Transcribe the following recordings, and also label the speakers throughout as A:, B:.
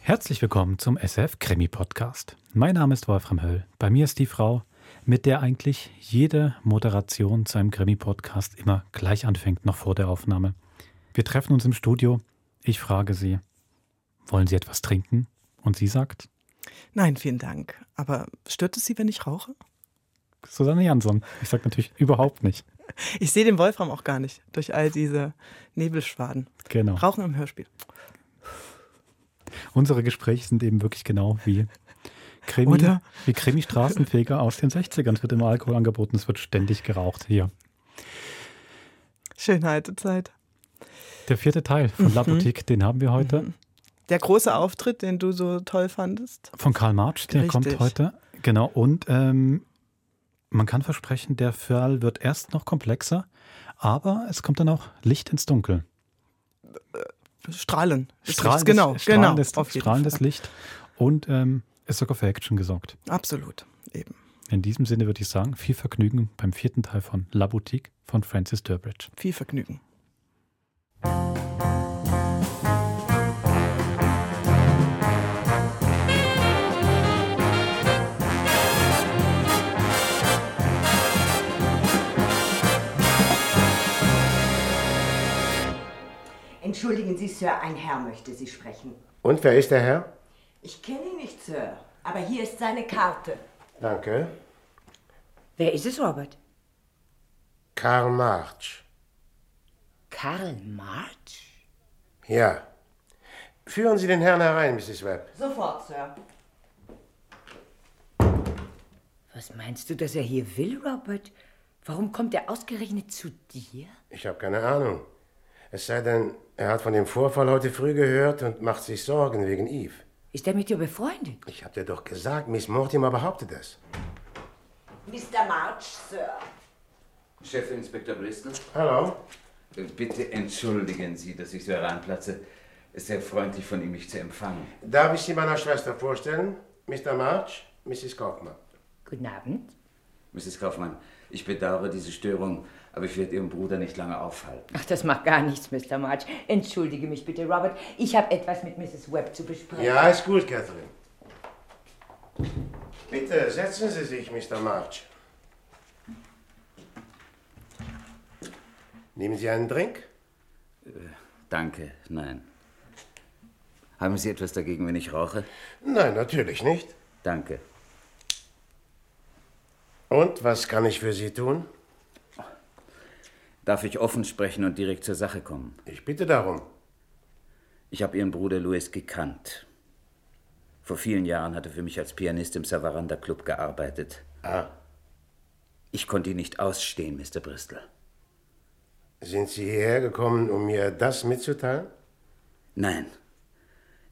A: Herzlich willkommen zum SF Krimi Podcast. Mein Name ist Wolfram Höll. Bei mir ist die Frau, mit der eigentlich jede Moderation zu einem Krimi Podcast immer gleich anfängt, noch vor der Aufnahme. Wir treffen uns im Studio. Ich frage sie, wollen Sie etwas trinken? Und sie sagt,
B: Nein, vielen Dank. Aber stört es Sie, wenn ich rauche?
A: Susanne Jansson. Ich sage natürlich überhaupt nicht.
B: Ich sehe den Wolfram auch gar nicht durch all diese Nebelschwaden.
A: Genau.
B: Rauchen im Hörspiel.
A: Unsere Gespräche sind eben wirklich genau wie Krimi,
B: Oder?
A: wie Krimi-Straßenfeger aus den 60ern. Es wird immer Alkohol angeboten, es wird ständig geraucht hier.
B: Schönheit und Zeit.
A: Der vierte Teil von La Boutique, den haben wir heute.
B: Der große Auftritt, den du so toll fandest.
A: Von Karl Marx, der
B: Richtig.
A: kommt heute. Genau, und ähm, man kann versprechen, der Fall wird erst noch komplexer, aber es kommt dann auch Licht ins Dunkel.
B: Strahlen. Ist richtig.
A: Strahlendes,
B: genau, genau.
A: strahlendes,
B: auf jeden
A: strahlendes Licht und ähm, ist sogar für Action gesorgt.
B: Fall. Absolut. Eben.
A: In diesem Sinne würde ich sagen, viel Vergnügen beim vierten Teil von La Boutique von Francis Durbridge.
B: Viel Vergnügen.
C: Entschuldigen Sie, Sir, ein Herr möchte Sie sprechen.
D: Und wer ist der Herr?
C: Ich kenne ihn nicht, Sir, aber hier ist seine Karte.
D: Danke.
E: Wer ist es, Robert?
D: Karl March.
E: Karl March?
D: Ja. Führen Sie den Herrn herein, Mrs. Webb.
C: Sofort, Sir.
E: Was meinst du, dass er hier will, Robert? Warum kommt er ausgerechnet zu dir?
D: Ich habe keine Ahnung. Es sei denn, er hat von dem Vorfall heute früh gehört und macht sich Sorgen wegen Eve.
E: Ist er mit dir befreundet?
D: Ich habe dir doch gesagt, Miss Mortimer behauptet es.
C: Mr. March, Sir.
F: Chefinspektor Bristol,
D: Hallo?
F: Äh, bitte entschuldigen Sie, dass ich so heranplatze. Es ist sehr freundlich von Ihnen, mich zu empfangen.
D: Darf ich Sie meiner Schwester vorstellen? Mr. March, Mrs. Kaufmann.
E: Guten Abend.
F: Mrs. Kaufmann, ich bedauere diese Störung, aber ich werde Ihren Bruder nicht lange aufhalten.
E: Ach, das macht gar nichts, Mr. March. Entschuldige mich bitte, Robert. Ich habe etwas mit Mrs. Webb zu besprechen.
D: Ja, ist gut, Catherine. Bitte setzen Sie sich, Mr. March. Nehmen Sie einen Drink?
F: Äh, Danke, nein. Haben Sie etwas dagegen, wenn ich rauche?
D: Nein, natürlich nicht.
F: Danke.
D: Und was kann ich für Sie tun?
F: Darf ich offen sprechen und direkt zur Sache kommen?
D: Ich bitte darum.
F: Ich habe Ihren Bruder Louis gekannt. Vor vielen Jahren hat er für mich als Pianist im Savaranda Club gearbeitet.
D: Ah,
F: Ich konnte ihn nicht ausstehen, Mr. Bristol.
D: sind Sie hierher gekommen, um mir das mitzuteilen?
F: Nein.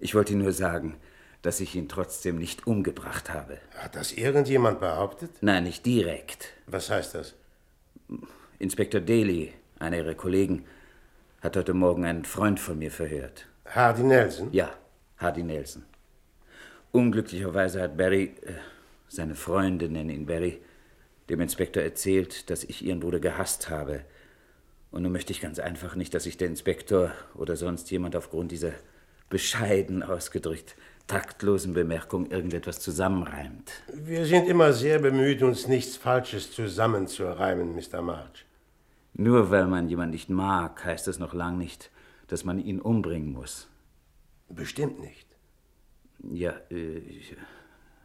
F: Ich wollte nur sagen, dass ich ihn trotzdem nicht umgebracht habe.
D: Hat das irgendjemand behauptet?
F: Nein, nicht direkt.
D: Was heißt das?
F: Inspektor Daly, einer ihrer Kollegen, hat heute Morgen einen Freund von mir verhört.
D: Hardy Nelson?
F: Ja, Hardy Nelson. Unglücklicherweise hat Barry, äh, seine Freunde nennen ihn Barry, dem Inspektor erzählt, dass ich ihren Bruder gehasst habe. Und nun möchte ich ganz einfach nicht, dass sich der Inspektor oder sonst jemand aufgrund dieser bescheiden ausgedrückt taktlosen Bemerkung irgendetwas zusammenreimt.
D: Wir sind immer sehr bemüht, uns nichts Falsches zusammenzureimen, Mr. March.
F: Nur weil man jemanden nicht mag, heißt es noch lang nicht, dass man ihn umbringen muss.
D: Bestimmt nicht.
F: Ja, äh, ich,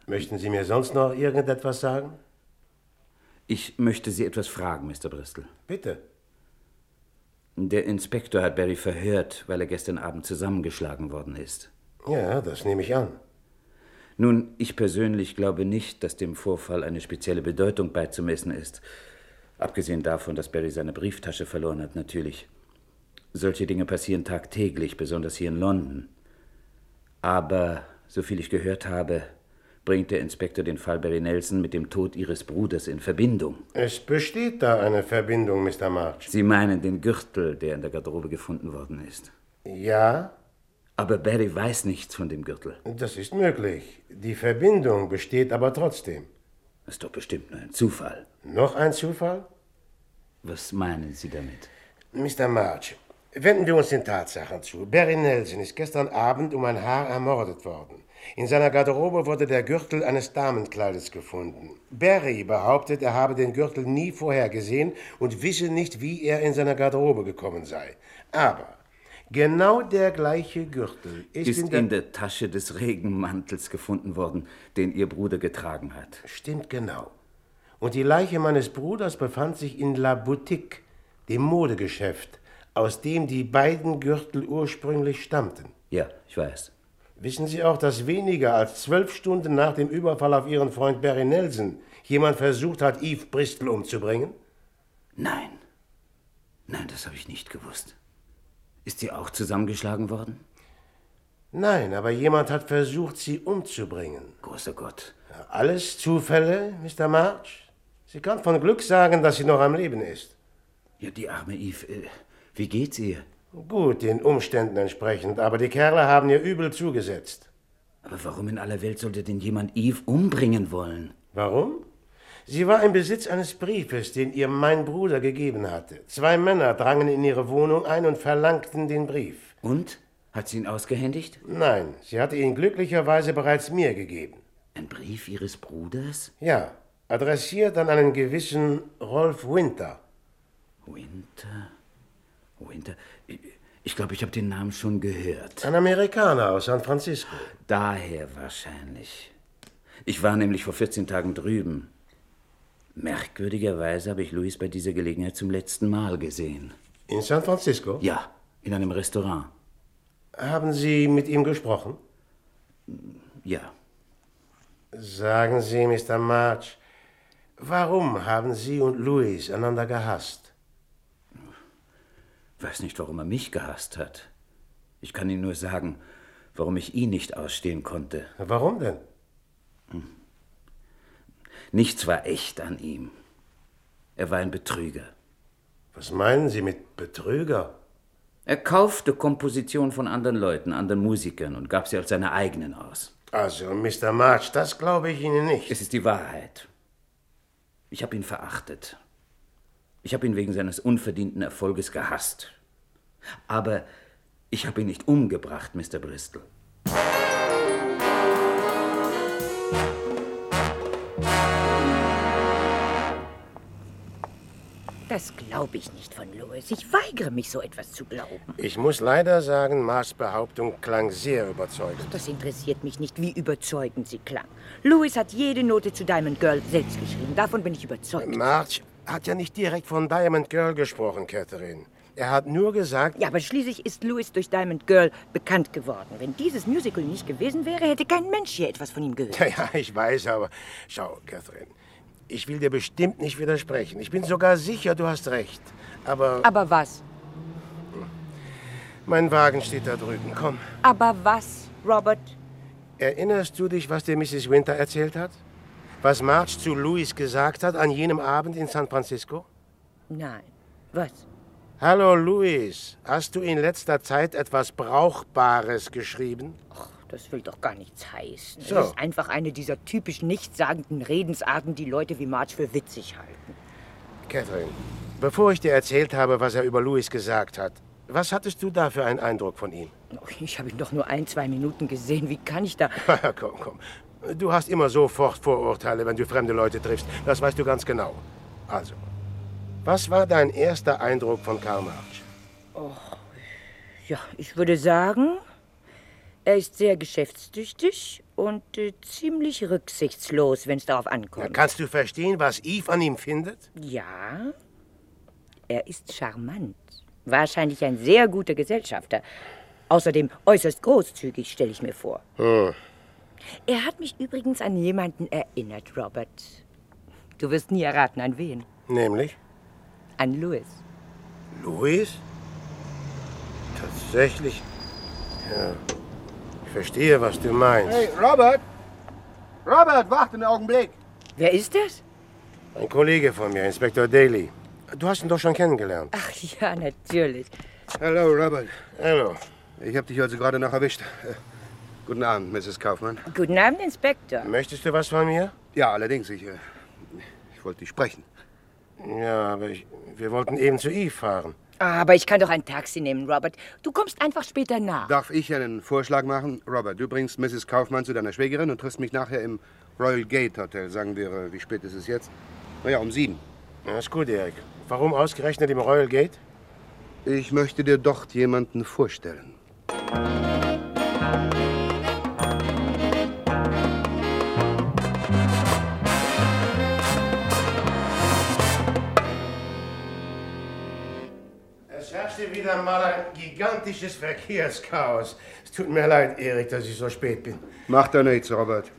D: Möchten Sie mir sonst noch irgendetwas sagen?
F: ich möchte Sie etwas fragen, Mr. Bristol.
D: Bitte.
F: Der Inspektor hat Barry verhört, weil er gestern Abend zusammengeschlagen worden ist.
D: Ja, das nehme ich an.
F: Nun, ich persönlich glaube nicht, dass dem Vorfall eine spezielle Bedeutung beizumessen ist. Abgesehen davon, dass Barry seine Brieftasche verloren hat, natürlich. Solche Dinge passieren tagtäglich, besonders hier in London. Aber, soviel ich gehört habe, bringt der Inspektor den Fall Barry Nelson mit dem Tod ihres Bruders in Verbindung.
D: Es besteht da eine Verbindung, Mr. March.
F: Sie meinen den Gürtel, der in der Garderobe gefunden worden ist.
D: Ja,
F: Aber Barry weiß nichts von dem Gürtel.
D: das ist möglich. Die Verbindung besteht aber trotzdem.
F: Das ist doch bestimmt nur ein Zufall.
D: Noch ein Zufall?
F: Was meinen Sie damit?
D: Mr. March, Wenden wir uns den Tatsachen zu. Barry Nelson ist gestern Abend um ein Haar ermordet worden. In seiner Garderobe wurde der Gürtel eines Damenkleides gefunden. Barry behauptet, er habe den Gürtel nie vorher gesehen und wisse nicht, wie er in seiner Garderobe gekommen sei. Aber genau der gleiche Gürtel ist,
F: Ist in der Tasche des Regenmantels gefunden worden, den Ihr Bruder getragen hat.
D: Stimmt genau. Und die Leiche meines Bruders befand sich in La Boutique, dem Modegeschäft, aus dem die beiden Gürtel ursprünglich stammten.
F: Ja, ich weiß.
D: Wissen Sie auch, dass weniger als zwölf Stunden nach dem Überfall auf Ihren Freund Barry Nelson jemand versucht hat, Eve Bristol umzubringen?
F: Nein. Nein, das habe ich nicht gewusst. Ist sie auch zusammengeschlagen worden?
D: Nein, aber jemand hat versucht, sie umzubringen.
F: Großer Gott.
D: Alles Zufälle, Mr. March? Sie kann von Glück sagen, dass sie noch am Leben ist.
F: Ja, die arme Eve. äh, Wie geht's ihr?
D: Gut, den Umständen entsprechend, aber die Kerle haben ihr übel zugesetzt.
F: Aber warum in aller Welt sollte denn jemand Eve umbringen wollen?
D: Warum? Sie war im Besitz eines Briefes, den ihr mein Bruder gegeben hatte. Zwei Männer drangen in ihre Wohnung ein und verlangten den Brief.
F: Und? Hat sie ihn ausgehändigt?
D: Nein, sie hatte ihn glücklicherweise bereits mir gegeben.
F: Ein Brief ihres Bruders?
D: Ja, adressiert an einen gewissen Rolf Winter.
F: Winter? Winter? Ich- Ich glaube, ich habe den Namen schon gehört.
D: Ein Amerikaner aus San Francisco.
F: Daher wahrscheinlich. Ich war nämlich vor 14 Tagen drüben. Merkwürdigerweise habe ich Luis bei dieser Gelegenheit zum letzten Mal gesehen.
D: In San Francisco?
F: Ja, in einem Restaurant.
D: Haben Sie mit ihm gesprochen?
F: Ja.
D: Sagen Sie, Mr. March, warum haben Sie und Louis einander gehasst?
F: Weiß nicht, warum er mich gehasst hat. Ich kann Ihnen nur sagen, warum ich ihn nicht ausstehen konnte. Hm.
D: Warum denn?
F: Nichts war echt an ihm. Er war ein Betrüger.
D: Was meinen Sie mit Betrüger?
F: Er kaufte Kompositionen von anderen Leuten, anderen Musikern und gab sie als seine eigenen aus.
D: Also, Mr. March, das glaube ich Ihnen nicht.
F: Es ist die Wahrheit. Ich habe ihn verachtet. Ich habe ihn wegen seines unverdienten Erfolges gehasst. Aber ich habe ihn nicht umgebracht, Mr. Bristol.
E: Das glaube ich nicht von Louis. Ich weigere mich, so etwas zu glauben.
D: Ich muss leider sagen, Mars Behauptung klang sehr überzeugend.
E: Das interessiert mich nicht, wie überzeugend sie klang. Louis hat jede Note zu Diamond Girl selbst geschrieben. Davon bin ich überzeugt.
D: March hat ja nicht direkt von Diamond Girl gesprochen, Catherine. Er hat nur gesagt,
E: Ja, aber schließlich ist Louis durch Diamond Girl bekannt geworden. Wenn dieses Musical nicht gewesen wäre, hätte kein Mensch hier etwas von ihm gehört.
D: Ja, ja, ich weiß, aber schau, Catherine, ich will dir bestimmt nicht widersprechen. Ich bin sogar sicher, du hast recht. Aber
E: Aber was?
D: mein Wagen steht da drüben. Komm,
E: Aber was, Robert?
D: erinnerst du dich, was dir Mrs. Winter erzählt hat? Was Marge zu Louis gesagt hat an jenem Abend in San Francisco?
E: Nein. Was?
D: Hallo, Louis. Hast du in letzter Zeit etwas Brauchbares geschrieben?
E: Das will doch gar nichts heißen.
D: So.
E: Das ist einfach eine dieser typisch nichtssagenden Redensarten, die Leute wie Marge für witzig halten.
D: Catherine, bevor ich dir erzählt habe, was er über Louis gesagt hat, was hattest du da für einen Eindruck von ihm?
E: Ich habe ihn doch nur ein, zwei Minuten gesehen. Wie kann ich da...
D: komm, komm. Du hast immer sofort Vorurteile, wenn du fremde Leute triffst. Das weißt du ganz genau. Also, was war dein erster Eindruck von Karl Marx?
E: Ja, ich würde sagen, er ist sehr geschäftstüchtig und äh, ziemlich rücksichtslos, wenn es darauf ankommt.
D: Kannst du verstehen, was Eve an ihm findet?
E: Ja, er ist charmant. Wahrscheinlich ein sehr guter Gesellschafter. Außerdem äußerst großzügig, stelle ich mir vor.
D: Oh.
E: Er hat mich übrigens an jemanden erinnert, Robert. Du wirst nie erraten, an wen.
D: Nämlich?
E: An Louis.
D: Louis? Tatsächlich? Ja. Ich verstehe, was du meinst.
G: Hey, Robert! Robert, warte einen Augenblick!
E: Wer ist das?
D: Ein Kollege von mir, Inspektor Daly. Du hast ihn doch schon kennengelernt.
E: Ach ja, natürlich.
G: Hallo, Robert.
D: Hallo.
G: Ich habe dich also gerade noch erwischt. Äh, Guten Abend, Mrs. Kaufmann.
E: Guten Abend, Inspektor.
D: Möchtest du was von mir?
G: Ja, allerdings, ich, äh, ich wollte dich sprechen.
D: Ja, aber ich, wir wollten eben zu Eve fahren.
E: Aber ich kann doch ein Taxi nehmen, Robert. Du kommst einfach später nach.
G: Darf ich einen Vorschlag machen? Robert, du bringst Mrs. Kaufmann zu deiner Schwägerin und triffst mich nachher im Royal Gate Hotel. Sagen wir, äh, wie spät ist es jetzt? Naja, um sieben.
D: Na, ist gut, Erik. Warum ausgerechnet im Royal Gate?
G: Ich möchte dir dort jemanden vorstellen.
D: Es herrschte wieder mal ein gigantisches Verkehrschaos. Es tut mir leid, Erik, dass ich so spät bin.
G: Macht doch nichts, Robert.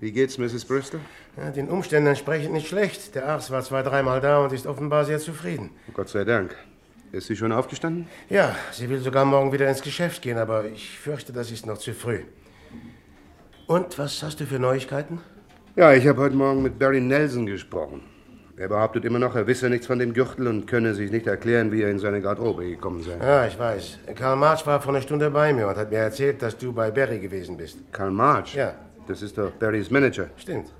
G: Wie geht's, Mrs. Bristol?
D: Ja, den Umständen entsprechend nicht schlecht. Der Arzt war zwei, dreimal da und ist offenbar sehr zufrieden.
G: Gott sei Dank. Ist sie schon aufgestanden?
D: Ja, sie will sogar morgen wieder ins Geschäft gehen, aber ich fürchte, das ist noch zu früh. Und was hast du für Neuigkeiten?
G: Ja, ich habe heute Morgen mit Barry Nelson gesprochen. Er behauptet immer noch, er wisse nichts von dem Gürtel und könne sich nicht erklären, wie er in seine Garderobe gekommen sei.
D: Ja, ich weiß. Karl Marx war vor einer Stunde bei mir und hat mir erzählt, dass du bei Barry gewesen bist.
G: Karl March?
D: Ja.
G: Das ist doch Barrys Manager.
D: Stimmt.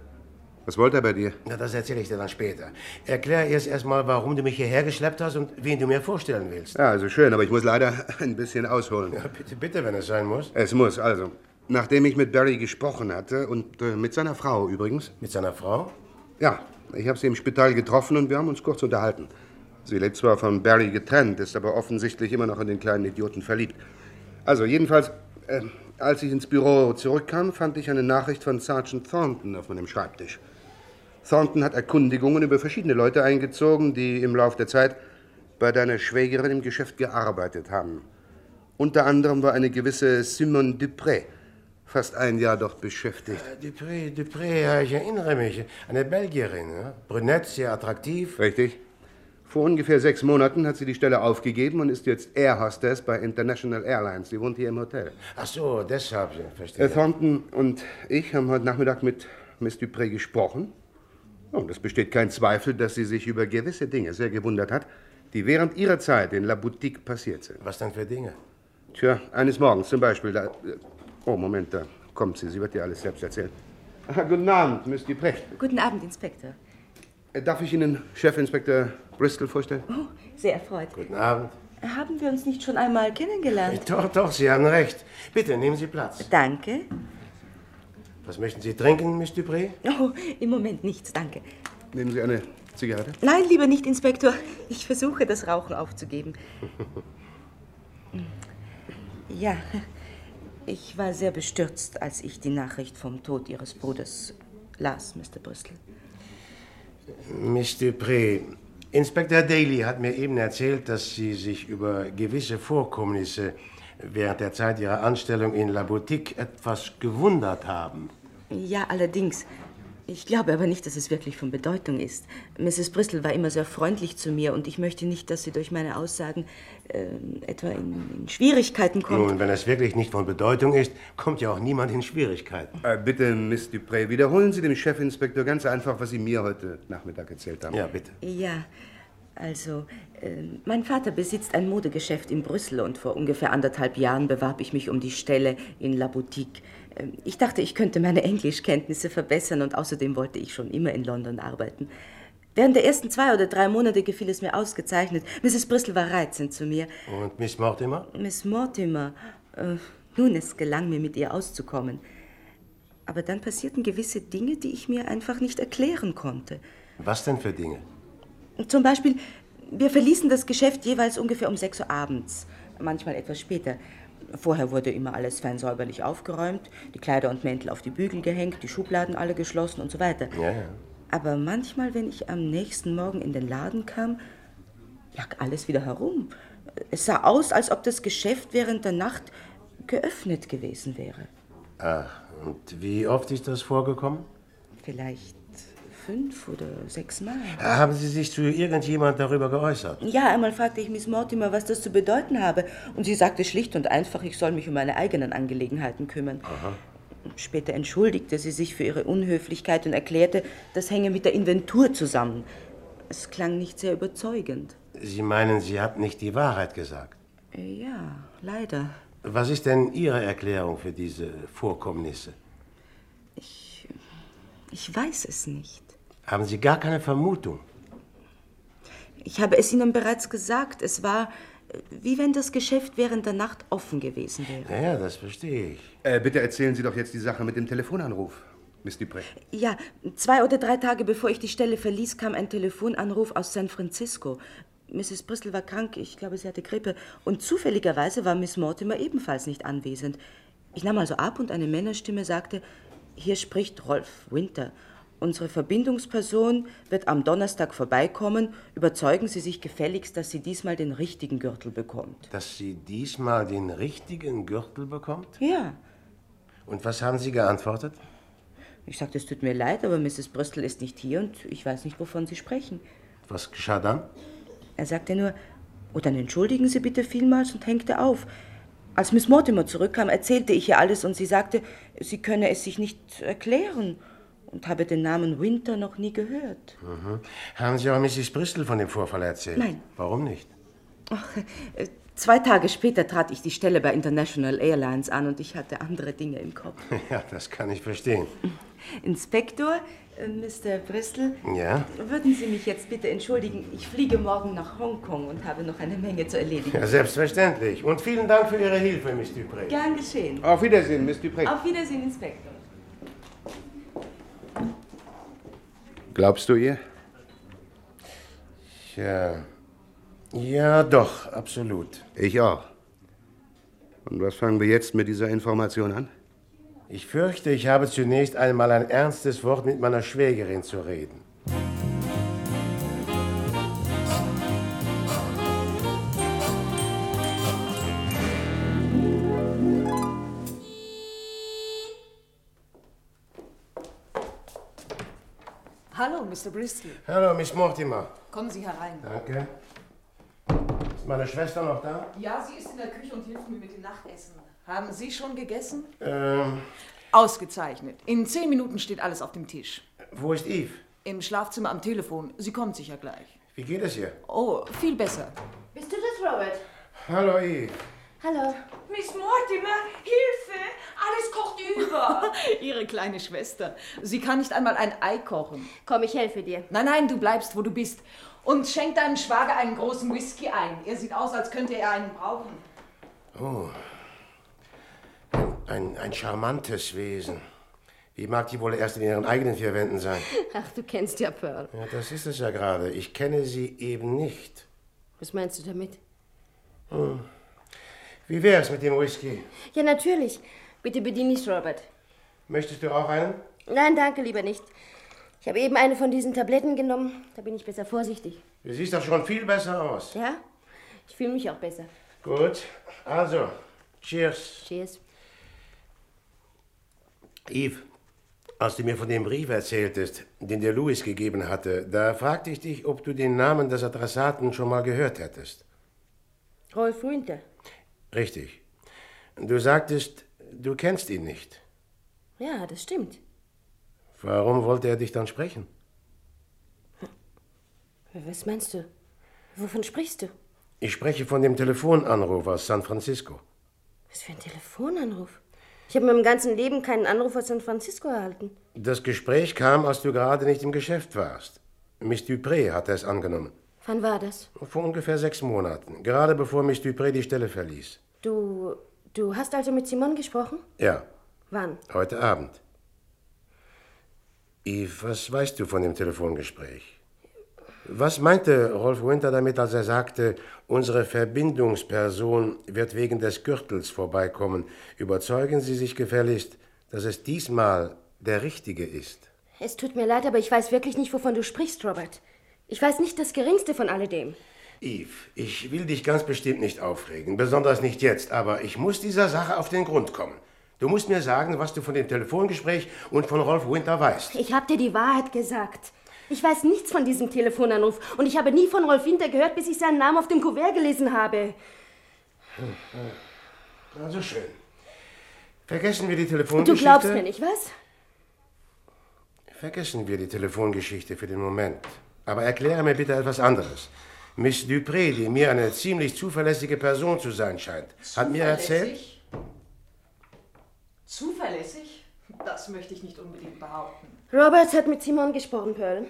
G: Was wollte er bei dir?
D: Na, das erzähle ich dir dann später. Erklär erst erstmal, warum du mich hierher geschleppt hast und wen du mir vorstellen willst.
G: Ja, also schön, aber ich muss leider ein bisschen ausholen.
D: Ja, bitte, bitte, wenn es sein muss.
G: Es muss, also. Nachdem ich mit Barry gesprochen hatte und äh, mit seiner Frau übrigens.
D: Mit seiner Frau?
G: Ja, ich habe sie im Spital getroffen und wir haben uns kurz unterhalten. Sie lebt zwar von Barry getrennt, ist aber offensichtlich immer noch in den kleinen Idioten verliebt. Also, jedenfalls, äh, als ich ins Büro zurückkam, fand ich eine Nachricht von Sergeant Thornton auf meinem Schreibtisch. Thornton hat Erkundigungen über verschiedene Leute eingezogen, die im Laufe der Zeit bei deiner Schwägerin im Geschäft gearbeitet haben. Unter anderem war eine gewisse Simone Dupré fast ein Jahr dort beschäftigt.
D: Dupré, Dupré, ja, Äh, ich erinnere mich. Eine Belgierin, ja? brünett, sehr attraktiv.
G: Richtig. Vor ungefähr sechs Monaten hat sie die Stelle aufgegeben und ist jetzt Air Hostess bei International Airlines. Sie wohnt hier im Hotel.
D: Ach so, deshalb, ja,
G: Herr
D: verstehe.
G: Äh, Thornton und ich haben heute Nachmittag mit Miss Dupré gesprochen. Und es besteht kein Zweifel, dass sie sich über gewisse Dinge sehr gewundert hat, die während ihrer Zeit in La Boutique passiert sind.
D: Was denn für Dinge?
G: Tja, eines Morgens zum Beispiel, da... Oh, Moment, da kommt sie. Sie wird dir alles selbst erzählen. Ah, guten Abend, Miss Dupré.
H: Guten Abend, Inspektor.
G: Äh, Darf ich Ihnen Chefinspektor Bristol vorstellen?
H: Oh, sehr erfreut.
D: Guten Abend.
H: Haben wir uns nicht schon einmal kennengelernt?
D: Doch, doch, Sie haben recht. Bitte, nehmen Sie Platz.
H: Danke.
D: Was möchten Sie trinken, Miss Dupré?
H: Oh, im Moment nichts, danke.
G: Nehmen Sie eine Zigarette?
H: Nein, lieber nicht, Inspektor. Ich versuche, das Rauchen aufzugeben. Ja, ich war sehr bestürzt, als ich die Nachricht vom Tod Ihres Bruders las, Mr. Bristol.
D: Miss Dupré, Inspektor Daly hat mir eben erzählt, dass Sie sich über gewisse Vorkommnisse während der Zeit Ihrer Anstellung in La Boutique etwas gewundert haben.
H: Ja, allerdings. Ich glaube aber nicht, dass es wirklich von Bedeutung ist. Mrs. Bristol war immer sehr freundlich zu mir und ich möchte nicht, dass sie durch meine Aussagen ähm, etwa in, in Schwierigkeiten kommt.
D: Nun, wenn es wirklich nicht von Bedeutung ist, kommt ja auch niemand in Schwierigkeiten.
G: Äh, bitte, Miss Dupré, wiederholen Sie dem Chefinspektor ganz einfach, was Sie mir heute Nachmittag erzählt haben.
D: Ja, bitte.
H: Ja, also, ähm, mein Vater besitzt ein Modegeschäft in Brüssel und vor ungefähr anderthalb Jahren bewarb ich mich um die Stelle in La Boutique. Ähm, ich dachte, ich könnte meine Englischkenntnisse verbessern und außerdem wollte ich schon immer in London arbeiten. Während der ersten zwei oder drei Monate gefiel es mir ausgezeichnet. Mrs. Bristol war reizend zu mir.
D: Und Miss Mortimer?
H: Miss Mortimer, äh, nun, es gelang mir, mit ihr auszukommen. Aber dann passierten gewisse Dinge, die ich mir einfach nicht erklären konnte.
D: Was denn für Dinge?
H: Zum Beispiel, wir verließen das Geschäft jeweils ungefähr um 6 Uhr abends, manchmal etwas später. Vorher wurde immer alles fein säuberlich aufgeräumt, die Kleider und Mäntel auf die Bügel gehängt, die Schubladen alle geschlossen und so weiter.
D: Ja, ja.
H: Aber manchmal, wenn ich am nächsten Morgen in den Laden kam, lag alles wieder herum. Es sah aus, als ob das Geschäft während der Nacht geöffnet gewesen wäre.
D: Ach, Ah, und wie oft ist das vorgekommen?
H: Vielleicht fünf oder sechs Mal.
D: Haben Sie sich zu irgendjemand darüber geäußert?
H: Ja, einmal fragte ich Miss Mortimer, was das zu bedeuten habe, und sie sagte schlicht und einfach, ich soll mich um meine eigenen Angelegenheiten kümmern. Später entschuldigte sie sich für ihre Unhöflichkeit und erklärte, das hänge mit der Inventur zusammen. Es klang nicht sehr überzeugend.
D: Sie meinen, sie hat nicht die Wahrheit gesagt.
H: Äh, Ja, leider.
D: Was ist denn Ihre Erklärung für diese Vorkommnisse?
H: Ich weiß es nicht.
D: Haben Sie gar keine Vermutung?
H: Ich habe es Ihnen bereits gesagt. Es war, äh, wie wenn das Geschäft während der Nacht offen gewesen wäre.
D: Naja, das verstehe ich.
G: Äh, bitte erzählen Sie doch jetzt die Sache mit dem Telefonanruf, Miss Dupré.
H: Ja, zwei oder drei Tage bevor ich die Stelle verließ, kam ein Telefonanruf aus San Francisco. Mrs. Bristol war krank, ich glaube, sie hatte Grippe. Und zufälligerweise war Miss Mortimer ebenfalls nicht anwesend. Ich nahm also ab und eine Männerstimme sagte, hier spricht Rolf Winter. Unsere Verbindungsperson wird am Donnerstag vorbeikommen. Überzeugen Sie sich gefälligst, dass sie diesmal den richtigen Gürtel bekommt.
D: Dass sie diesmal den richtigen Gürtel bekommt?
H: Ja,
D: Und was haben Sie geantwortet?
H: ich sagte, es tut mir leid, aber Mrs. Bristol ist nicht hier und ich weiß nicht, wovon Sie sprechen.
D: Was geschah dann?
H: Er sagte nur, oh, dann entschuldigen Sie bitte vielmals und hängte auf. Als Miss Mortimer zurückkam, erzählte ich ihr alles und sie sagte, sie könne es sich nicht erklären und habe den Namen Winter noch nie gehört.
D: Mhm. Haben Sie auch Mrs. Bristol von dem Vorfall erzählt?
H: Nein.
D: Warum nicht?
H: Ach, äh, zwei Tage später trat ich die Stelle bei International Airlines an und ich hatte andere Dinge im Kopf.
D: Ja, das kann ich verstehen.
H: Inspektor, äh, Mr. Bristol,
D: Ja?
H: würden Sie mich jetzt bitte entschuldigen? Ich fliege morgen nach Hongkong und habe noch eine Menge zu erledigen.
D: Ja, selbstverständlich. Und vielen Dank für Ihre Hilfe, Miss Dupré.
H: Gern geschehen.
D: Oh,
G: Auf Wiedersehen, Miss Dupré.
H: Auf Wiedersehen, Inspektor.
G: Glaubst du ihr?
D: Tja. Ja, doch, absolut.
G: Ich auch. Und was fangen wir jetzt mit dieser Information an?
D: Ich fürchte, ich habe zunächst einmal ein ernstes Wort mit meiner Schwägerin zu reden.
I: Hallo, Mr. Bristol.
D: Hallo, Miss Mortimer.
I: Kommen Sie herein.
D: Danke. Ist meine Schwester noch da?
I: Ja, sie ist in der Küche und hilft mir mit dem Nachtessen. Haben Sie schon gegessen?
D: Ähm,
I: Ausgezeichnet. In zehn Minuten steht alles auf dem Tisch.
D: wo ist Eve?
I: Im Schlafzimmer am Telefon. Sie kommt sicher gleich.
D: Wie geht es ihr?
I: Oh, viel besser.
J: Bist du das, Robert?
D: Hallo, Eve.
J: Hallo.
C: Miss Mortimer, Hilfe! Alles kocht über!
I: Ihre kleine Schwester. Sie kann nicht einmal ein Ei kochen.
J: Komm, ich helfe dir.
I: Nein, nein, du bleibst, wo du bist. Und schenk deinem Schwager einen großen Whisky ein. Er sieht aus, als könnte er einen brauchen.
D: Oh. Ein, ein charmantes Wesen. Wie mag die wohl erst in ihren eigenen vier Wänden sein?
J: Ach, du kennst ja Pearl.
D: Ja, das ist es ja gerade. Ich kenne sie eben nicht.
J: Was meinst du damit?
D: Hm. Wie wär's mit dem Whisky?
J: Ja, natürlich. Bitte bediene dich, Robert.
D: Möchtest du auch einen?
J: Nein, danke, lieber nicht. Ich habe eben eine von diesen Tabletten genommen. Da bin ich besser vorsichtig.
D: Du siehst doch schon viel besser aus.
J: Ja? Ich fühle mich auch besser.
D: Gut, also, cheers.
J: Cheers.
D: Eve, als du mir von dem Brief erzähltest, den dir Louis gegeben hatte, da fragte ich dich, ob du den Namen des Adressaten schon mal gehört hättest.
J: Rolf Winter.
D: Richtig. Du sagtest, du kennst ihn nicht.
J: Ja, das stimmt.
D: Warum wollte er dich dann sprechen?
J: Was meinst du? Wovon sprichst du?
D: Ich spreche von dem Telefonanruf aus San Francisco.
J: Was für ein Telefonanruf? Ich habe in meinem ganzen Leben keinen Anruf aus San Francisco erhalten.
D: Das Gespräch kam, als du gerade nicht im Geschäft warst. Miss Dupré hatte es angenommen.
J: Wann war das?
D: Vor ungefähr sechs Monaten, gerade bevor Miss Dupré die Stelle verließ.
J: Du. Du hast also mit Simon gesprochen?
D: Ja,
J: Wann?
D: heute Abend. Yves, was weißt du von dem Telefongespräch? Was meinte Rolf Winter damit, als er sagte, unsere Verbindungsperson wird wegen des Gürtels vorbeikommen? Überzeugen Sie sich gefälligst, dass es diesmal der richtige ist.
J: Es tut mir leid, aber ich weiß wirklich nicht, wovon du sprichst, Robert. Ich weiß nicht das Geringste von alledem.
D: Yves, ich will dich ganz bestimmt nicht aufregen, besonders nicht jetzt, aber ich muss dieser Sache auf den Grund kommen. Du musst mir sagen, was du von dem Telefongespräch und von Rolf Winter weißt.
J: Ich habe dir die Wahrheit gesagt. Ich weiß nichts von diesem Telefonanruf und ich habe nie von Rolf Winter gehört, bis ich seinen Namen auf dem Kuvert gelesen habe.
D: Hm, Also schön. Vergessen wir die Telefongeschichte.
J: Du glaubst mir nicht, was?
D: Vergessen wir die Telefongeschichte für den Moment. Aber erkläre mir bitte etwas anderes. Miss Dupré, die mir eine ziemlich zuverlässige Person zu sein scheint, hat mir erzählt.
I: Zuverlässig? Zuverlässig? Das möchte ich nicht unbedingt behaupten.
J: Roberts hat mit Simon gesprochen, Pearl.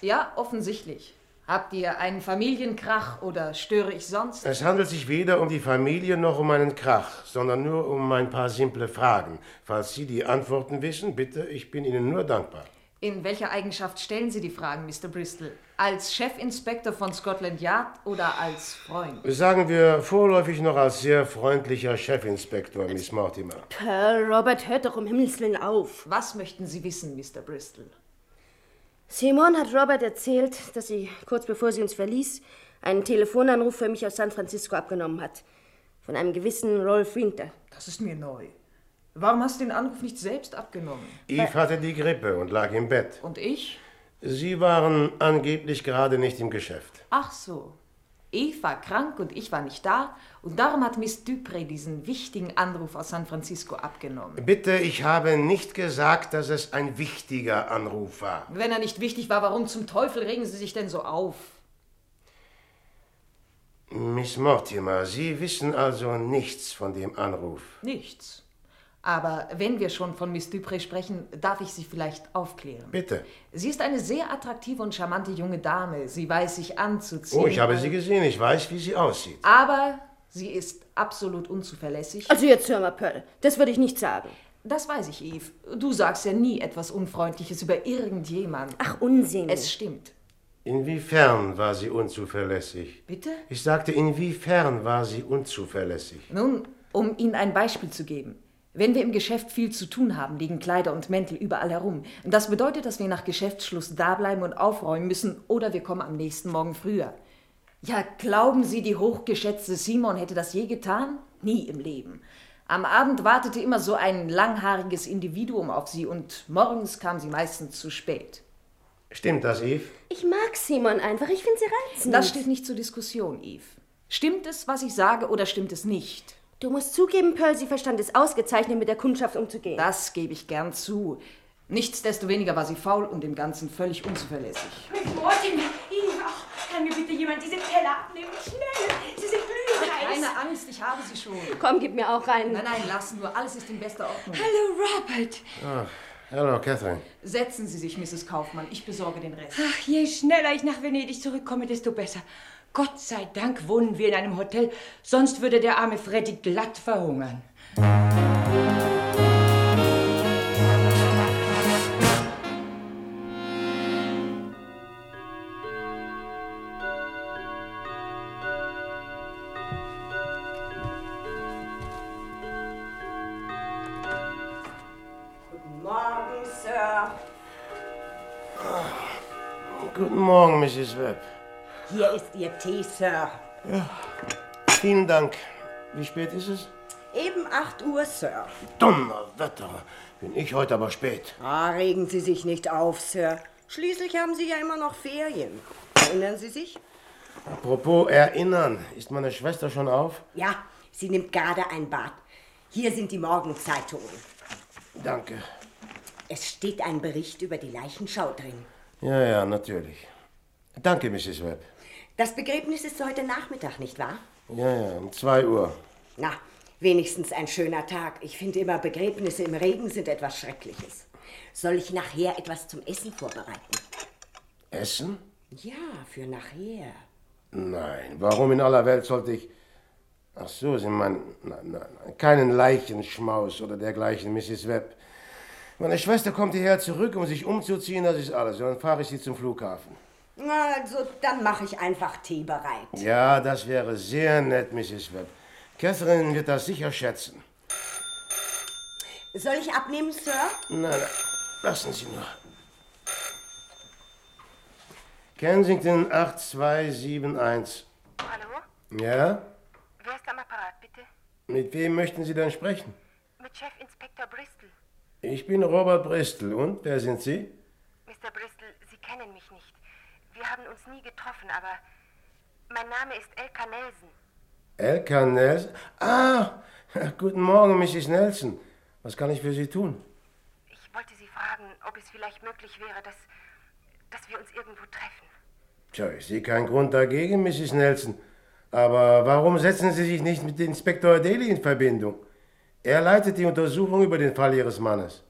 I: Ja, offensichtlich. Habt ihr einen Familienkrach oder störe ich sonst?
D: Es handelt sich weder um die Familie noch um einen Krach, sondern nur um ein paar simple Fragen. Falls Sie die Antworten wissen, bitte, ich bin Ihnen nur dankbar.
I: In welcher Eigenschaft stellen Sie die Fragen, Mr. Bristol? Als Chefinspektor von Scotland Yard oder als Freund?
D: Sagen wir vorläufig noch als sehr freundlicher Chefinspektor, Miss Mortimer.
J: Pearl, Robert, hört doch um Himmels Willen auf.
I: Was möchten Sie wissen, Mr. Bristol?
J: Simon hat Robert erzählt, dass sie, kurz bevor sie uns verließ, einen Telefonanruf für mich aus San Francisco abgenommen hat. Von einem gewissen Rolf Winter.
I: Das ist mir neu. Warum hast du den Anruf nicht selbst abgenommen?
D: Eve hatte die Grippe und lag im Bett.
I: Und ich?
D: Sie waren angeblich gerade nicht im Geschäft.
I: Ach so. Eve war krank und ich war nicht da und darum hat Miss Dupré diesen wichtigen Anruf aus San Francisco abgenommen.
D: Bitte, ich habe nicht gesagt, dass es ein wichtiger Anruf war.
I: Wenn er nicht wichtig war, warum zum Teufel regen Sie sich denn so auf?
D: Miss Mortimer, Sie wissen also nichts von dem Anruf.
I: Nichts. Aber wenn wir schon von Miss Dupré sprechen, darf ich Sie vielleicht aufklären.
D: Bitte.
I: Sie ist eine sehr attraktive und charmante junge Dame. Sie weiß sich anzuziehen.
D: Oh, ich habe sie gesehen, ich weiß, wie sie aussieht.
I: Aber sie ist absolut unzuverlässig.
J: Also jetzt hör mal, Pearl, das würde ich nicht sagen.
I: Das weiß ich, Eve. Du sagst ja nie etwas Unfreundliches über irgendjemanden.
J: Ach, Unsinn.
I: Es stimmt.
D: Inwiefern war sie unzuverlässig?
I: Bitte?
D: Ich sagte, inwiefern war sie unzuverlässig?
I: Nun, um Ihnen ein Beispiel zu geben. Wenn wir im Geschäft viel zu tun haben, liegen Kleider und Mäntel überall herum. Das bedeutet, dass wir nach Geschäftsschluss da bleiben und aufräumen müssen oder wir kommen am nächsten Morgen früher. Ja, glauben Sie, die hochgeschätzte Simon hätte das je getan? Nie im Leben. Am Abend wartete immer so ein langhaariges Individuum auf sie und morgens kam sie meistens zu spät.
D: Stimmt das, Eve?
J: Ich mag Simon einfach, ich finde sie reizend.
I: Das steht nicht zur Diskussion, Eve. Stimmt es, was ich sage, oder stimmt es nicht?
J: Du musst zugeben, Pearl, sie verstand es ausgezeichnet, mit der Kundschaft umzugehen.
I: Das gebe ich gern zu. Nichtsdestoweniger war sie faul und im Ganzen völlig unzuverlässig.
K: Miss Mortimer, Eve, ach, kann mir bitte jemand diese Teller abnehmen? Schnell, sie sind glühheiß.
I: Keine Angst, ich habe sie schon.
J: Komm, gib mir auch einen.
I: Nein, nein, lass nur, alles ist in bester Ordnung.
K: Hallo, Robert.
D: Ach, hallo, Ah, Catherine.
I: Setzen Sie sich, Mrs. Kaufmann, ich besorge den Rest.
K: Ach, je schneller ich nach Venedig zurückkomme, desto besser. Gott sei Dank wohnen wir in einem Hotel, sonst würde der arme Freddy glatt verhungern.
C: Guten Morgen, Sir.
D: Guten Morgen, Mrs. Webb.
C: Hier ist Ihr Tee, Sir.
D: Vielen Dank. Wie spät ist es?
C: Eben 8 Uhr, Sir.
D: Donnerwetter. Bin ich heute aber spät.
C: Ah, regen Sie sich nicht auf, Sir. Schließlich haben Sie ja immer noch Ferien. Erinnern Sie sich?
D: Apropos erinnern. Ist meine Schwester schon auf?
K: Ja, sie nimmt gerade ein Bad. Hier sind die Morgenzeitungen.
D: Danke.
K: Es steht ein Bericht über die Leichenschau drin.
D: Ja, ja, natürlich. Danke, Mrs. Webb.
K: Das Begräbnis ist heute Nachmittag, nicht wahr?
D: Ja, ja, um 2 Uhr.
K: Na, wenigstens ein schöner Tag. Ich finde immer, Begräbnisse im Regen sind etwas Schreckliches. Soll ich nachher etwas zum Essen vorbereiten?
D: Essen?
K: Ja, für nachher.
D: Nein, warum in aller Welt sollte ich. Ach so, Sie meinen. Nein, nein, nein. Keinen Leichenschmaus oder dergleichen, Mrs. Webb. Meine Schwester kommt hierher zurück, um sich umzuziehen, das ist alles. Und dann fahre ich sie zum Flughafen.
K: Na, Also, dann mache ich einfach Tee bereit.
D: Ja, das wäre sehr nett, Mrs. Webb. Catherine wird das sicher schätzen.
K: Soll ich abnehmen, Sir?
D: Na, na, lassen Sie nur. Kensington 8271.
L: Hallo?
D: Ja?
L: Wer ist am Apparat, bitte?
D: Mit wem möchten Sie denn sprechen?
L: Mit Chefinspektor Bristol.
D: Ich bin Robert Bristol. Und wer sind Sie?
L: Mr. Bristol, Sie kennen mich nicht. Wir haben uns nie getroffen, aber mein Name ist Elka Nelson.
D: Elka Nelson. Ah, guten Morgen, Mrs. Nelson. Was kann ich für Sie tun?
L: Ich wollte Sie fragen, ob es vielleicht möglich wäre, dass, dass wir uns irgendwo treffen.
D: Tja, ich sehe keinen Grund dagegen, Mrs. Nelson. Aber warum setzen Sie sich nicht mit Inspektor Daly in Verbindung? Er leitet die Untersuchung über den Fall Ihres Mannes.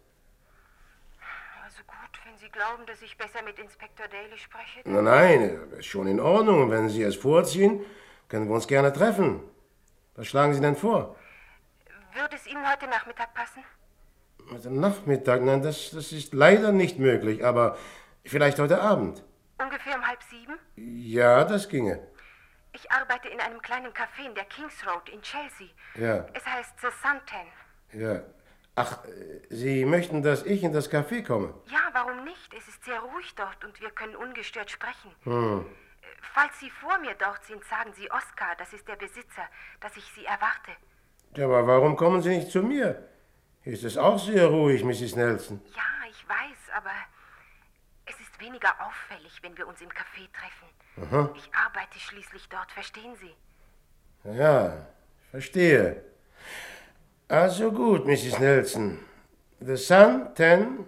L: Also gut, wenn Sie glauben, dass ich besser mit Inspektor Daly spreche?
D: Nein, nein, ist schon in Ordnung. Wenn Sie es vorziehen, können wir uns gerne treffen. Was schlagen Sie denn vor?
L: Würde es Ihnen heute Nachmittag passen?
D: Heute Nachmittag? Nein, das, das ist leider nicht möglich, aber vielleicht heute Abend.
L: Ungefähr um halb sieben?
D: Ja, das ginge.
L: Ich arbeite in einem kleinen Café in der Kings Road in Chelsea.
D: Ja,
L: Es heißt The Suntan.
D: ja. Ach, äh, Sie möchten, dass ich in das Café komme?
L: Ja, warum nicht? Es ist sehr ruhig dort und wir können ungestört sprechen.
D: Hm.
L: Falls Sie vor mir dort sind, sagen Sie Oskar, das ist der Besitzer, dass ich Sie erwarte.
D: Ja, aber warum kommen Sie nicht zu mir? Hier ist es auch sehr ruhig, Mrs. Nelson.
L: Ja, ich weiß, aber es ist weniger auffällig, wenn wir uns im Café treffen.
D: Aha.
L: Ich arbeite schließlich dort, verstehen Sie?
D: Ja, verstehe. Also gut, Mrs. Nelson. The Sun, 10,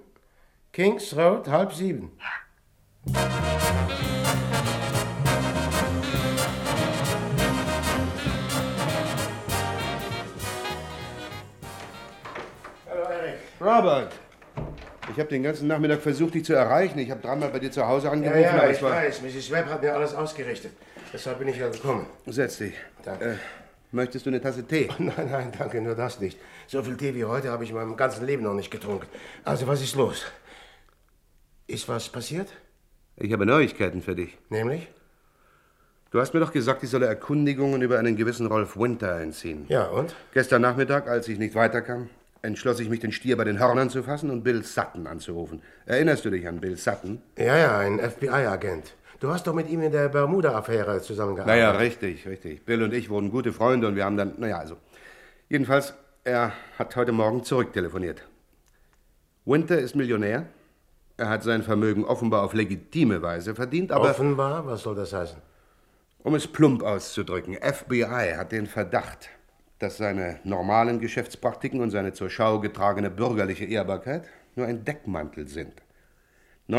D: Kings Road, halb sieben.
G: Robert! Ich habe den ganzen Nachmittag versucht, dich zu erreichen. Ich habe dreimal bei dir zu Hause
D: Ja,
G: angerufen.
D: ja,
G: aber
D: ich
G: es war-
D: weiß. Mrs. Webb hat mir alles ausgerichtet. Deshalb bin ich ja gekommen.
G: Setz dich. Äh,
D: Danke.
G: möchtest du eine Tasse Tee?
D: nein, nein, danke, nur das nicht. So viel Tee wie heute habe ich in meinem ganzen Leben noch nicht getrunken. Also, was ist los? Ist was passiert?
G: Ich habe Neuigkeiten für dich.
D: Nämlich?
G: Du hast mir doch gesagt, ich solle Erkundigungen über einen gewissen Rolf Winter einziehen.
D: Ja, und?
G: Gestern Nachmittag, als ich nicht weiterkam, entschloss ich mich, den Stier bei den Hörnern zu fassen und Bill Sutton anzurufen. Erinnerst du dich an Bill Sutton?
D: Ja, ja, ein FBI-Agent. Du hast doch mit ihm in der Bermuda-Affäre zusammengearbeitet.
G: Naja, richtig, richtig. Bill und ich wurden gute Freunde und wir haben dann, naja, also. Jedenfalls, er hat heute Morgen zurücktelefoniert. Winter ist Millionär. Er hat sein Vermögen offenbar auf legitime Weise verdient, aber.
D: Offenbar? Was soll das heißen?
G: Um es plump auszudrücken, FBI hat den Verdacht, dass seine normalen Geschäftspraktiken und seine zur Schau getragene bürgerliche Ehrbarkeit nur ein Deckmantel sind.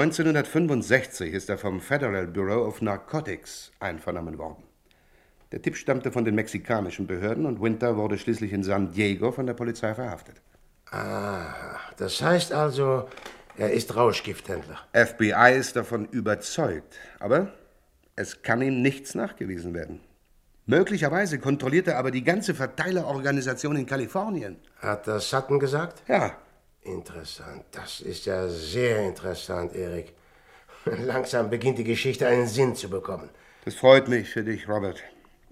G: 1965 ist er vom Federal Bureau of Narcotics einvernommen worden. Der Tipp stammte von den mexikanischen Behörden und Winter wurde schließlich in San Diego von der Polizei verhaftet.
D: Ah, das heißt also, er ist Rauschgifthändler.
G: FBI ist davon überzeugt, aber es kann ihm nichts nachgewiesen werden. Möglicherweise kontrolliert er aber die ganze Verteilerorganisation in Kalifornien.
D: Hat das Sutton gesagt?
G: Ja.
D: Interessant. Das ist ja sehr interessant, Erik. Langsam beginnt die Geschichte einen Sinn zu bekommen.
G: Das freut mich für dich, Robert.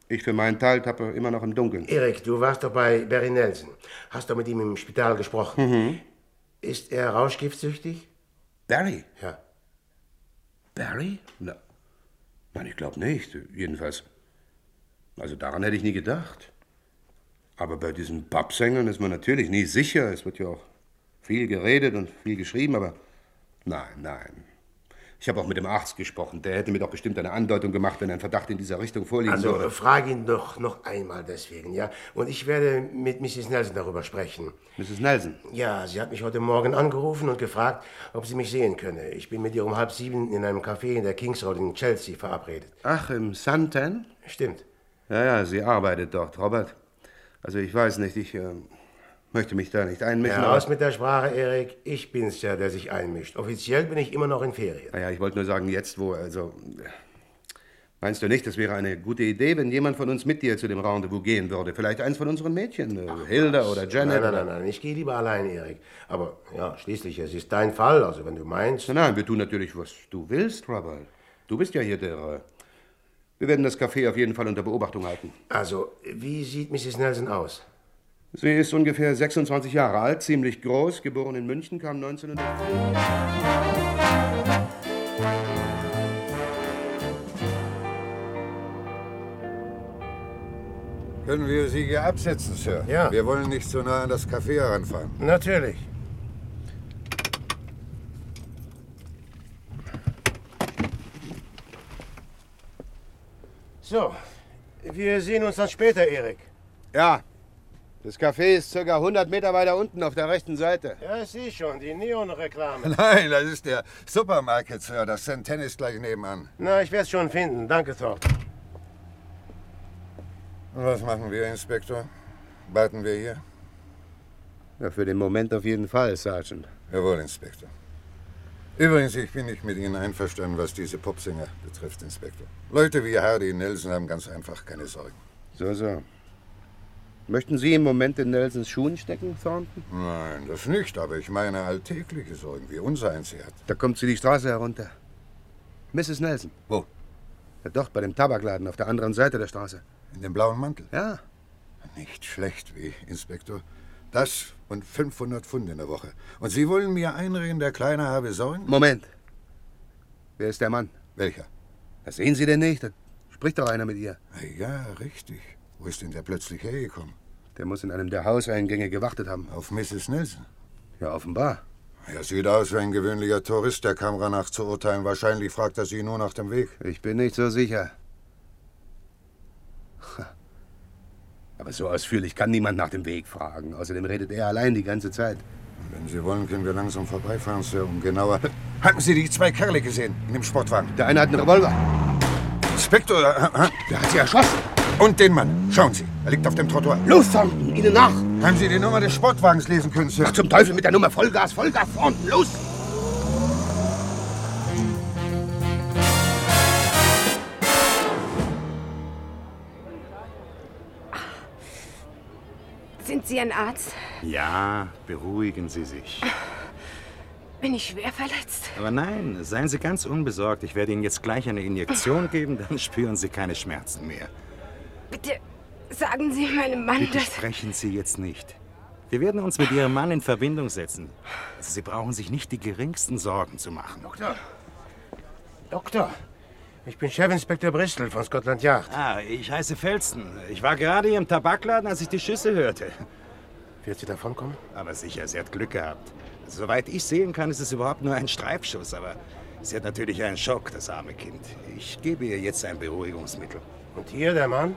G: Ich für meinen Teil tappe immer noch im Dunkeln.
D: Erik, du warst doch bei Barry Nelson. Hast doch mit ihm im Spital gesprochen.
G: Mhm.
D: Ist er rauschgiftsüchtig?
G: Barry?
D: Ja.
G: Barry? Na, nein, ich glaube nicht. Jedenfalls. Also daran hätte ich nie gedacht. Aber bei diesen Babsängern ist man natürlich nie sicher. Es wird ja auch viel geredet und viel geschrieben, aber nein, nein. Ich habe auch mit dem Arzt gesprochen. Der hätte mir doch bestimmt eine Andeutung gemacht, wenn ein Verdacht in dieser Richtung vorliegen
D: Also
G: würde.
D: äh, frag ihn doch noch einmal deswegen, ja? Und ich werde mit Mrs. Nelson darüber sprechen.
G: Mrs. Nelson?
D: Ja, sie hat mich heute Morgen angerufen und gefragt, ob sie mich sehen könne. Ich bin mit ihr um halb sieben in einem Café in der Kings Road in Chelsea verabredet.
G: Ach, im Suntan?
D: Stimmt.
G: Ja, ja, sie arbeitet dort, Robert. Also ich weiß nicht, ich ähm, möchte mich da nicht einmischen.
D: Ja,
G: aber-
D: aus mit der Sprache, Erik. Ich bin's ja, der sich einmischt. Offiziell bin ich immer noch in Ferien.
G: Naja, ich wollte nur sagen, jetzt wo, also. äh, Meinst du nicht, das wäre eine gute Idee, wenn jemand von uns mit dir zu dem Rendezvous gehen würde? Vielleicht eins von unseren Mädchen, äh, Hilda oder Janet.
D: Nein, nein,
G: oder-
D: nein, nein. ich gehe lieber allein, Erik. Aber ja, schließlich, es ist dein Fall, also wenn du meinst.
G: Nein, nein, wir tun natürlich, was du willst, Robert. Du bist ja hier der. äh, Wir werden das Café auf jeden Fall unter Beobachtung halten.
D: Also, wie sieht Mrs. Nelson aus?
G: Sie ist ungefähr 26 Jahre alt, ziemlich groß, geboren in München, kam 1900.
M: Können wir Sie hier absetzen, Sir?
D: Ja.
M: Wir wollen nicht zu nah an das Café heranfahren.
D: Natürlich. So, wir sehen uns dann später, Erik.
G: Ja. Das Café ist ca. 100 Meter weiter unten auf der rechten Seite.
D: Ja, ich sehe schon, die Neonreklame.
M: Nein, das ist der Supermarket, Sir. Das Centen ist gleich nebenan.
D: Na, ich werde es schon finden. Danke, Thorpe.
M: Und was machen wir, Inspektor? Warten wir hier?
G: Ja, für den Moment auf jeden Fall, Sergeant.
M: Jawohl, Inspektor. Übrigens, ich bin nicht mit Ihnen einverstanden, was diese Popsinger betrifft, Inspektor. Leute wie Hardy Nelson haben ganz einfach keine Sorgen.
G: So, so. Möchten Sie im Moment in Nelsons Schuhen stecken, Thornton?
M: Nein, das nicht, aber ich meine alltägliche Sorgen, wie unser eins hier hat.
G: Da kommt sie die Straße herunter. Mrs. Nelson.
M: Wo?
G: Ja, doch, bei dem Tabakladen auf der anderen Seite der Straße.
M: In dem blauen Mantel?
G: Ja.
M: Nicht schlecht, wie, Inspektor. Das und 500 Pfund in der Woche. Und Sie wollen mir einreden, der Kleine habe Sorgen?
G: Moment. Wer ist der Mann?
M: Welcher?
G: Das sehen Sie denn nicht? Da spricht doch einer mit ihr.
M: Ja, richtig. Wo ist denn der plötzlich hergekommen?
G: Der muss in einem der Hauseingänge gewartet haben.
M: Auf Mrs. Nelson?
G: Ja, offenbar.
M: Er sieht aus wie ein gewöhnlicher Tourist, der Kamera nach zu urteilen. Wahrscheinlich fragt er sie nur nach dem Weg.
G: Ich bin nicht so sicher. Aber so ausführlich kann niemand nach dem Weg fragen. Außerdem redet er allein die ganze Zeit.
M: Wenn Sie wollen, können wir langsam vorbeifahren, Sir, um genauer... Haben Sie die zwei Kerle gesehen in dem Sportwagen?
G: Der eine hat einen Revolver.
M: Inspektor... äh, äh,
G: Der hat sie erschossen.
M: Und den Mann. Schauen Sie, er liegt auf dem Trottoir.
G: Los, Thornton, ihnen nach!
M: Haben Sie die Nummer des Sportwagens lesen können, Sir?
G: Ach, zum Teufel mit der Nummer. Vollgas, Vollgas, Thornton, los!
N: Sind Sie ein Arzt?
O: Ja, beruhigen Sie sich.
N: Bin ich schwer verletzt?
O: Aber nein, seien Sie ganz unbesorgt. Ich werde Ihnen jetzt gleich eine Injektion geben, dann spüren Sie keine Schmerzen mehr.
N: Bitte sagen Sie meinem Mann
O: Bitte
N: das.
O: sprechen Sie jetzt nicht. Wir werden uns mit Ihrem Mann in Verbindung setzen. Also Sie brauchen sich nicht die geringsten Sorgen zu machen.
D: Doktor! Doktor! Ich bin Chefinspektor Bristol von Scotland Yard.
O: Ah, ich heiße Felsten. Ich war gerade hier im Tabakladen, als ich die Schüsse hörte.
D: Wird sie davonkommen?
O: Aber sicher, sie hat Glück gehabt. Soweit ich sehen kann, ist es überhaupt nur ein Streifschuss, aber sie hat natürlich einen Schock, das arme Kind. Ich gebe ihr jetzt ein Beruhigungsmittel.
D: Und hier der Mann?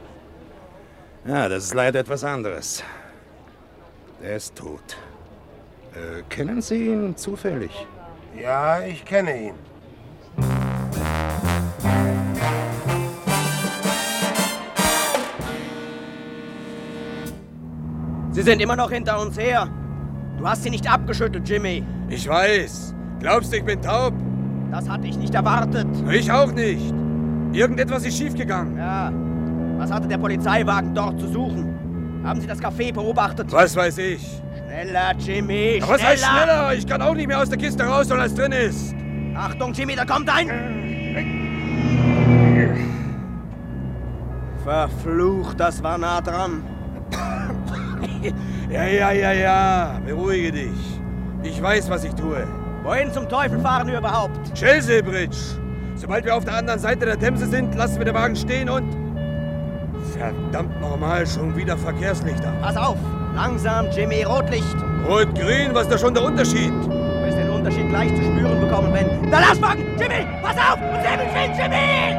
O: Ja, das ist leider etwas anderes. Er ist tot. Äh, kennen Sie ihn zufällig?
D: Ja, ich kenne ihn.
P: Sie sind immer noch hinter uns her. Du hast sie nicht abgeschüttelt, Jimmy.
Q: Ich weiß. Glaubst du, ich bin taub?
P: Das hatte ich nicht erwartet.
Q: Ich auch nicht. Irgendetwas ist schiefgegangen.
P: Ja. Was hatte der Polizeiwagen dort zu suchen? Haben Sie das Café beobachtet?
Q: Was weiß ich?
P: Schneller, Jimmy,
Q: Ja,
P: schneller!
Q: was heißt schneller? Ich kann auch nicht mehr aus der Kiste raus, als drin ist.
P: Achtung, Jimmy, da kommt ein... Verflucht, das war nah dran.
Q: Ja, ja, ja, ja. Beruhige dich. Ich weiß, was ich tue.
P: Wohin zum Teufel fahren wir überhaupt?
Q: Chelsea Bridge. Sobald wir auf der anderen Seite der Themse sind, lassen wir den Wagen stehen und... Verdammt nochmal, schon wieder Verkehrslichter.
P: Pass auf! Langsam, Jimmy, Rotlicht.
Q: Rot-Grün, was ist da schon der Unterschied?
P: Du wirst den Unterschied gleich zu spüren bekommen, wenn... Der Lastwagen! Jimmy, pass auf! Und Säbelschwind, Jimmy!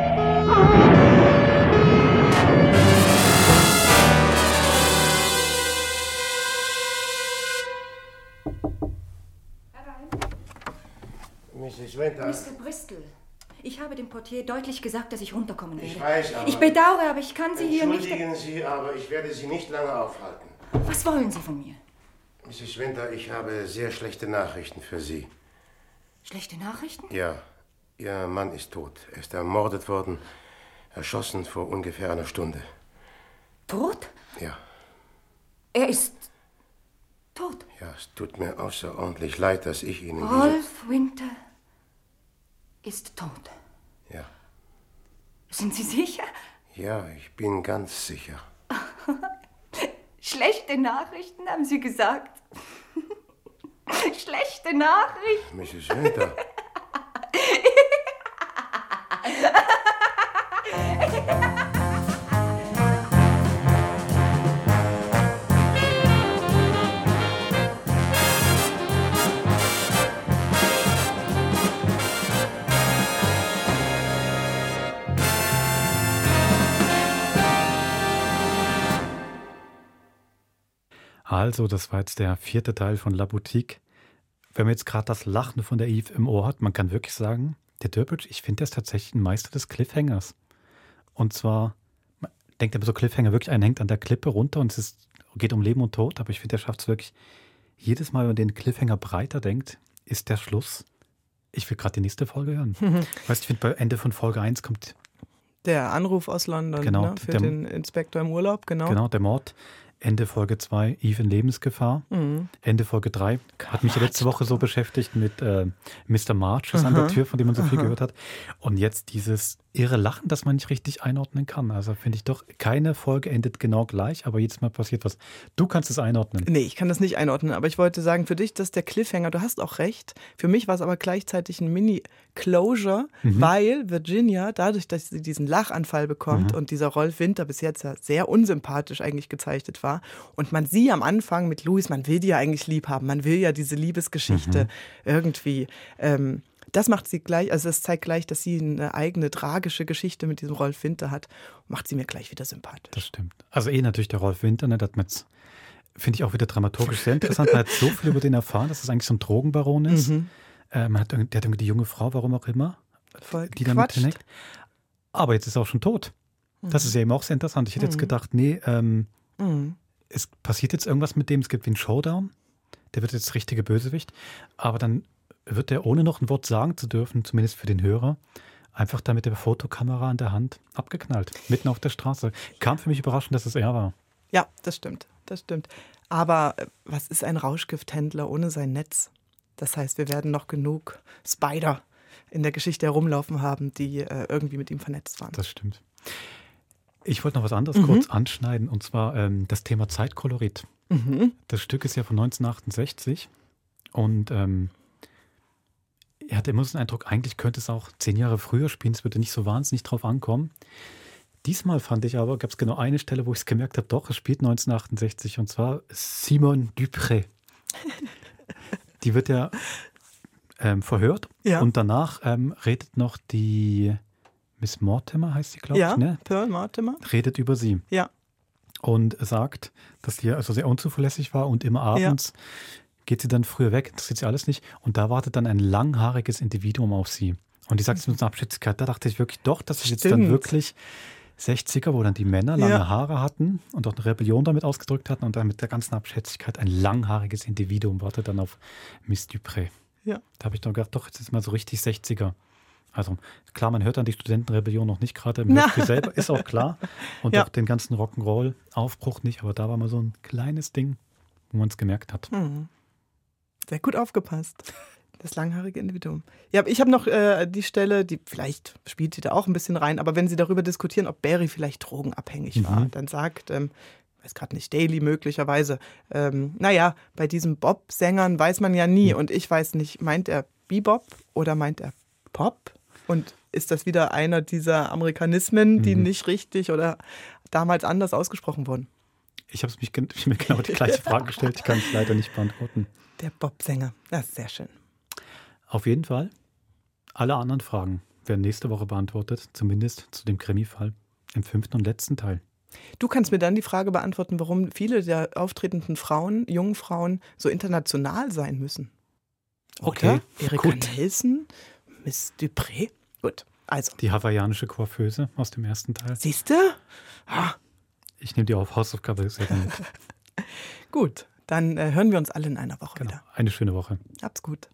D: Mrs. Winters.
R: Mr. Bristol, ich habe dem Portier deutlich gesagt, dass ich runterkommen werde.
D: Ich weiß, aber-
R: Ich bedauere, aber ich kann Sie hier nicht...
D: Entschuldigen Sie, aber ich werde Sie nicht lange aufhalten.
R: Was wollen Sie von mir?
D: Mrs. Winter, ich habe sehr schlechte Nachrichten für Sie.
R: Schlechte Nachrichten?
D: Ja, Ihr Mann ist tot. Er ist ermordet worden, erschossen vor ungefähr einer Stunde.
R: Tot?
D: Ja,
R: Er ist tot.
D: ja, es tut mir außerordentlich leid, dass ich Ihnen diese...
R: Rolf Winter ist tot.
D: Ja.
R: Sind Sie sicher?
D: Ja, ich bin ganz sicher.
R: Schlechte Nachrichten, haben Sie gesagt. Schlechte Nachrichten.
D: Mrs. Winter.
A: Also, das war jetzt der vierte Teil von La Boutique. Wenn man jetzt gerade das Lachen von der Eve im Ohr hat, man kann wirklich sagen, der Durbridge, ich finde, der ist tatsächlich ein Meister des Cliffhangers. Und zwar, man denkt immer so Cliffhanger, wirklich einer hängt an der Klippe runter und es ist, geht um Leben und Tod, aber ich finde, der schafft es wirklich. Jedes Mal, wenn man den Cliffhanger breiter denkt, ist der Schluss Ich will gerade die nächste Folge hören. weißt, ich finde, bei Ende von Folge 1 kommt
B: Der Anruf aus London
A: Genau,
B: ne, für
A: der-
B: den Inspektor im Urlaub, genau.
A: genau der Mord. Ende Folge 2, Eve in Lebensgefahr.
B: Mhm.
A: Ende Folge 3 hat mich ja letzte Woche so beschäftigt mit äh, Mr. March ist an
B: Aha.
A: der Tür, von dem man so viel
B: Aha.
A: gehört hat. Und jetzt dieses irre Lachen, das man nicht richtig einordnen kann. Also finde ich doch, keine Folge endet genau gleich, aber jedes Mal passiert was. Du kannst es einordnen.
B: Nee, ich kann das nicht einordnen, aber ich wollte sagen, für dich, das ist der Cliffhanger, du hast auch recht. Für mich war es aber gleichzeitig ein Mini-Closure,
A: Mhm.
B: weil Virginia, dadurch, dass sie diesen Lachanfall bekommt
A: Mhm.
B: und dieser Rolf Winter bis jetzt ja sehr unsympathisch eigentlich gezeichnet war und man sie am Anfang mit Louis, man will die ja eigentlich lieb haben, man will ja diese Liebesgeschichte
A: Mhm.
B: irgendwie. Ähm, das macht sie gleich, also das zeigt gleich, dass sie eine eigene tragische Geschichte mit diesem Rolf Winter hat, macht sie mir gleich wieder sympathisch.
A: Das stimmt. Also eh natürlich der Rolf Winter, ne, das hat man jetzt, finde ich auch wieder dramaturgisch sehr interessant. Man hat so viel über den erfahren, dass es eigentlich so ein Drogenbaron ist.
B: Mhm.
A: Äh, man hat, irgend- der hat irgendwie die junge Frau, warum auch immer,
B: Voll
A: die damit
B: gequatscht.
A: hineckt. Aber jetzt ist er auch schon tot. Das
B: Mhm.
A: ist ja eben auch sehr interessant. Ich hätte jetzt
B: Mhm.
A: gedacht, nee, ähm,
B: Mhm.
A: es passiert jetzt irgendwas mit dem, es gibt den Showdown, der wird jetzt richtige Bösewicht, aber dann wird er, ohne noch ein Wort sagen zu dürfen, zumindest für den Hörer, einfach da mit der Fotokamera in der Hand abgeknallt, mitten auf der Straße. Kam für mich überraschend, dass es er war.
B: Ja, das stimmt, das stimmt. Aber äh, was ist ein Rauschgifthändler ohne sein Netz? Das heißt, wir werden noch genug Spider in der Geschichte herumlaufen haben, die äh, irgendwie mit ihm vernetzt waren.
A: Das stimmt. Ich wollte noch was anderes
B: Mhm.
A: kurz anschneiden, und zwar ähm, das Thema Zeitkolorit.
B: Mhm.
A: Das Stück ist ja von 1968 und ähm, ich hatte immer so den Eindruck, eigentlich könnte es auch zehn Jahre früher spielen, es würde nicht so wahnsinnig drauf ankommen. Diesmal fand ich aber, gab es genau eine Stelle, wo ich es gemerkt habe, doch, es spielt 1968 und zwar Simon Dupré. Die wird ja ähm, verhört
B: Ja.
A: und danach ähm, redet noch die Miss Mortimer, heißt sie, glaube
B: ja,
A: ich, ne?
B: Pearl Mortimer.
A: redet über sie
B: Ja.
A: und sagt, dass sie also sehr unzuverlässig war und immer
B: Ja.
A: abends geht sie dann früher weg, interessiert sie alles nicht und da wartet dann ein langhaariges Individuum auf sie. Und die sagt es mit einer Abschätzigkeit, da dachte ich wirklich doch, das ist jetzt dann
B: Stimmt.
A: wirklich 60er, wo dann die Männer lange
B: Ja.
A: Haare hatten und auch eine Rebellion damit ausgedrückt hatten und dann mit der ganzen Abschätzigkeit ein langhaariges Individuum wartet dann auf Miss Dupré.
B: Ja.
A: Da habe ich dann gedacht, doch, jetzt ist mal so richtig 60er. Also klar, man hört dann die Studentenrebellion noch nicht gerade im
B: Na.
A: Hörspiel selber, ist auch klar. Und
B: Ja.
A: auch den ganzen Rock'n'Roll-Aufbruch nicht, aber da war mal so ein kleines Ding, wo man es gemerkt hat.
B: Mhm. Sehr gut aufgepasst. Das langhaarige Individuum. Ja, ich habe noch äh, die Stelle, die vielleicht spielt sie da auch ein bisschen rein, aber wenn sie darüber diskutieren, ob Barry vielleicht drogenabhängig war,
A: Mhm.
B: dann sagt, ähm, weiß gerade nicht, Daly möglicherweise, ähm, naja, bei diesen Bob-Sängern weiß man ja
A: Mhm.
B: nie und ich weiß nicht, meint er Bebop oder meint er Pop? Und ist das wieder einer dieser Amerikanismen, die
A: Mhm.
B: nicht richtig oder damals anders ausgesprochen wurden?
A: Ich habe mich gen- mir genau die gleiche Frage gestellt, ich kann es leider nicht beantworten.
B: Der Bob-Sänger, das ist sehr schön.
A: Auf jeden Fall, alle anderen Fragen werden nächste Woche beantwortet, zumindest zu dem Krimi-Fall im fünften und letzten Teil.
B: Du kannst mir dann die Frage beantworten, warum viele der auftretenden Frauen, jungen Frauen, so international sein müssen.
A: Okay,
B: Erika
A: gut.
B: Nelson, Miss Dupré. Gut, also.
A: Die hawaiianische Coiffeuse aus dem ersten Teil.
B: Siehst du? Ah.
A: Ich nehme die auf Hausaufgabe selber mit.
B: Gut, dann äh, hören wir uns alle in einer Woche wieder.
A: Eine schöne Woche.
B: Habt's gut.